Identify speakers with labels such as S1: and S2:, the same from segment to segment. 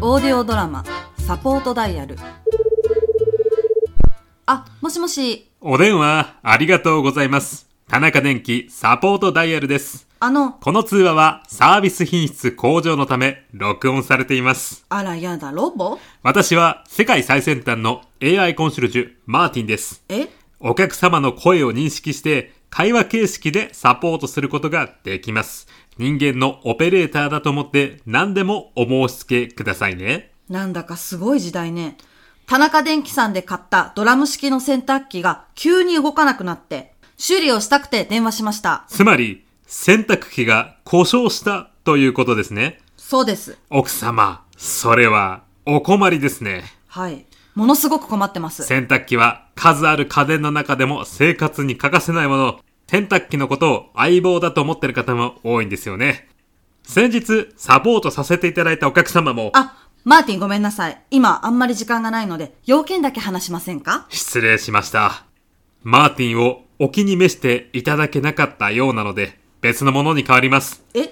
S1: オーディオドラマサポートダイヤルあもしもし
S2: お電話ありがとうございます。田中電機サポートダイヤルです。
S1: あの
S2: この通話はサービス品質向上のため録音されています。
S1: あらやだロボ
S2: 私は世界最先端の AI コンシェルジュマーティンです。
S1: え
S2: お客様の声を認識して会話形式でサポートすることができます。人間のオペレーターだと思って何でもお申し付けくださいね。
S1: なんだかすごい時代ね田中電機さんで買ったドラム式の洗濯機が急に動かなくなって修理をしたくて電話しました
S2: つまり洗濯機が故障したということですね。
S1: そうです
S2: 奥様、それはお困りですね。
S1: はいものすごく困ってます
S2: 洗濯機は数ある家電の中でも生活に欠かせないもの。洗濯機のことを相棒だと思ってる方も多いんですよね。先日サポートさせていただいたお客様も、
S1: あマーティンごめんなさい今あんまり時間がないので要件だけ話しませんか
S2: 失礼しました。マーティンをお気に召していただけなかったようなので、別のものに変わります。
S1: え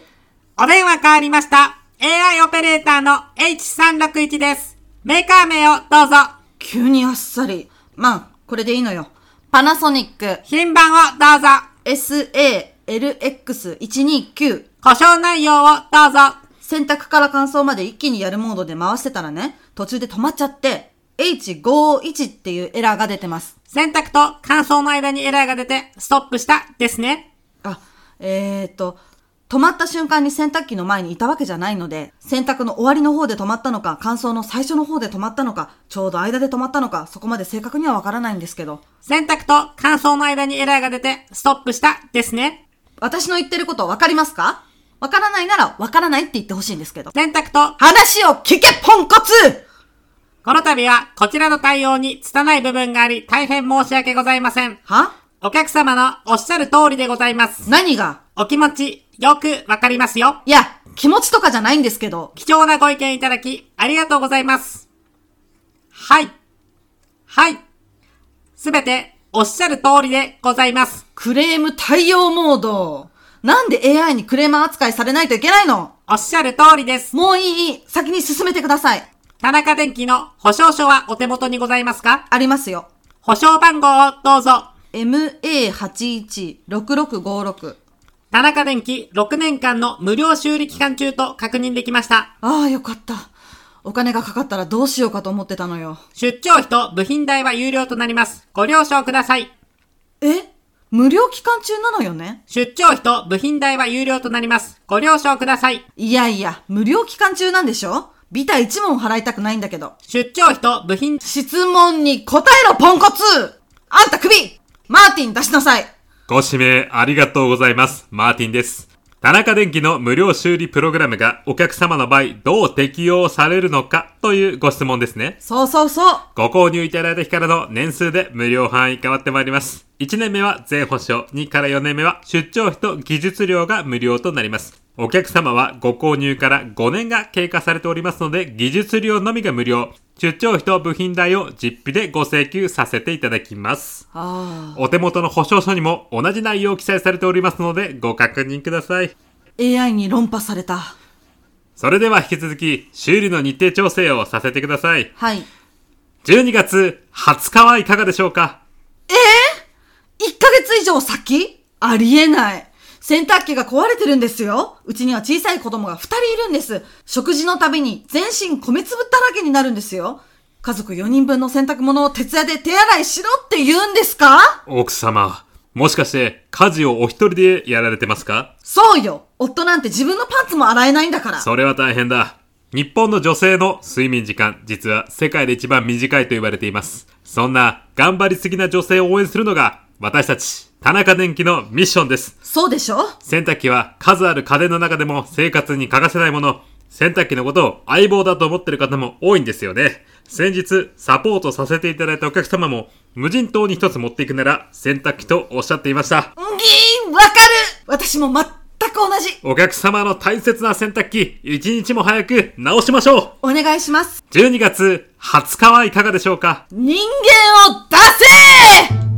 S3: お電話変わりました。AI オペレーターの H361 です。メーカー名をどうぞ。
S1: 急にあっさり。まあ、これでいいのよ。パナソニック
S3: 品番をどうぞ。
S1: SALX129。
S3: 故障内容をどうぞ。
S1: 洗濯から乾燥まで一気にやるモードで回してたらね、途中で止まっちゃって、H51 っていうエラーが出てます。
S3: 洗濯と乾燥の間にエラーが出てストップしたですね。
S1: あ、えーと、止まった瞬間に洗濯機の前にいたわけじゃないので、洗濯の終わりの方で止まったのか、乾燥の最初の方で止まったのか、ちょうど間で止まったのか、そこまで正確にはわからないんですけど、
S3: 洗濯と乾燥の間にエラーが出てストップしたですね。
S1: 私の言ってることわかりますかわからないならわからないって言ってほしいんですけど。
S3: 洗濯と、
S1: 話を聞け、ポンコツ
S3: この度はこちらの対応に拙い部分があり大変申し訳ございません。
S1: は
S3: お客様のおっしゃる通りでございます。
S1: 何が
S3: お気持ち、よくわかりますよ。
S1: いや、気持ちとかじゃないんですけど。
S3: 貴重なご意見いただき、ありがとうございます。はい。はい。すべて、おっしゃる通りでございます。
S1: クレーム対応モード。なんで AI にクレーマー扱いされないといけないの
S3: おっしゃる通りです。
S1: もういいいい、先に進めてください。
S3: 田中電機の保証書はお手元にございますか
S1: ありますよ。
S3: 保証番号をどうぞ。
S1: MA816656。
S3: 田中電機6年間の無料修理期間中と確認できました。
S1: ああ、よかった。お金がかかったらどうしようかと思ってたのよ。
S3: 出張費と部品代は有料となります。ご了承ください。
S1: え無料期間中なのよね
S3: 出張費と部品代は有料となります。ご了承ください。
S1: いやいや、無料期間中なんでしょビタ1問払いたくないんだけど。
S3: 出張費と部品
S1: 質問に答えろ、ポンコツあんた首マーティン出しなさい
S2: ご指名ありがとうございます。マーティンです。田中電機の無料修理プログラムがお客様の場合どう適用されるのかというご質問ですね。
S1: そうそうそう
S2: ご購入いただいた日からの年数で無料範囲変わってまいります。1年目は全保証、2から4年目は出張費と技術料が無料となります。お客様はご購入から5年が経過されておりますので、技術料のみが無料。出張費と部品代を実費でご請求させていただきます。
S1: ああ。
S2: お手元の保証書にも同じ内容を記載されておりますのでご確認ください。
S1: AI に論破された。
S2: それでは引き続き修理の日程調整をさせてください。
S1: はい。
S2: 12月20日はいかがでしょうか
S1: 1ヶ月以上先ありえない。洗濯機が壊れてるんですよ。うちには小さい子供が2人いるんです。食事のたびに全身米粒だらけになるんですよ。家族4人分の洗濯物を徹夜で手洗いしろって言うんですか
S2: 奥様、もしかして家事をお一人でやられてますか
S1: そうよ。夫なんて自分のパンツも洗えないんだから。
S2: それは大変だ。日本の女性の睡眠時間、実は世界で一番短いと言われています。そんな頑張りすぎな女性を応援するのが私たち、田中電機のミッションです。
S1: そうでしょ
S2: 洗濯機は数ある家電の中でも生活に欠かせないもの。洗濯機のことを相棒だと思ってる方も多いんですよね。先日サポートさせていただいたお客様も無人島に一つ持っていくなら洗濯機とおっしゃっていました。
S1: ギーンわかる私も全く同じ
S2: お客様の大切な洗濯機、一日も早く直しましょ
S1: お願いします
S2: う !12 月20日はいかがでしょうか
S1: 人間を出せ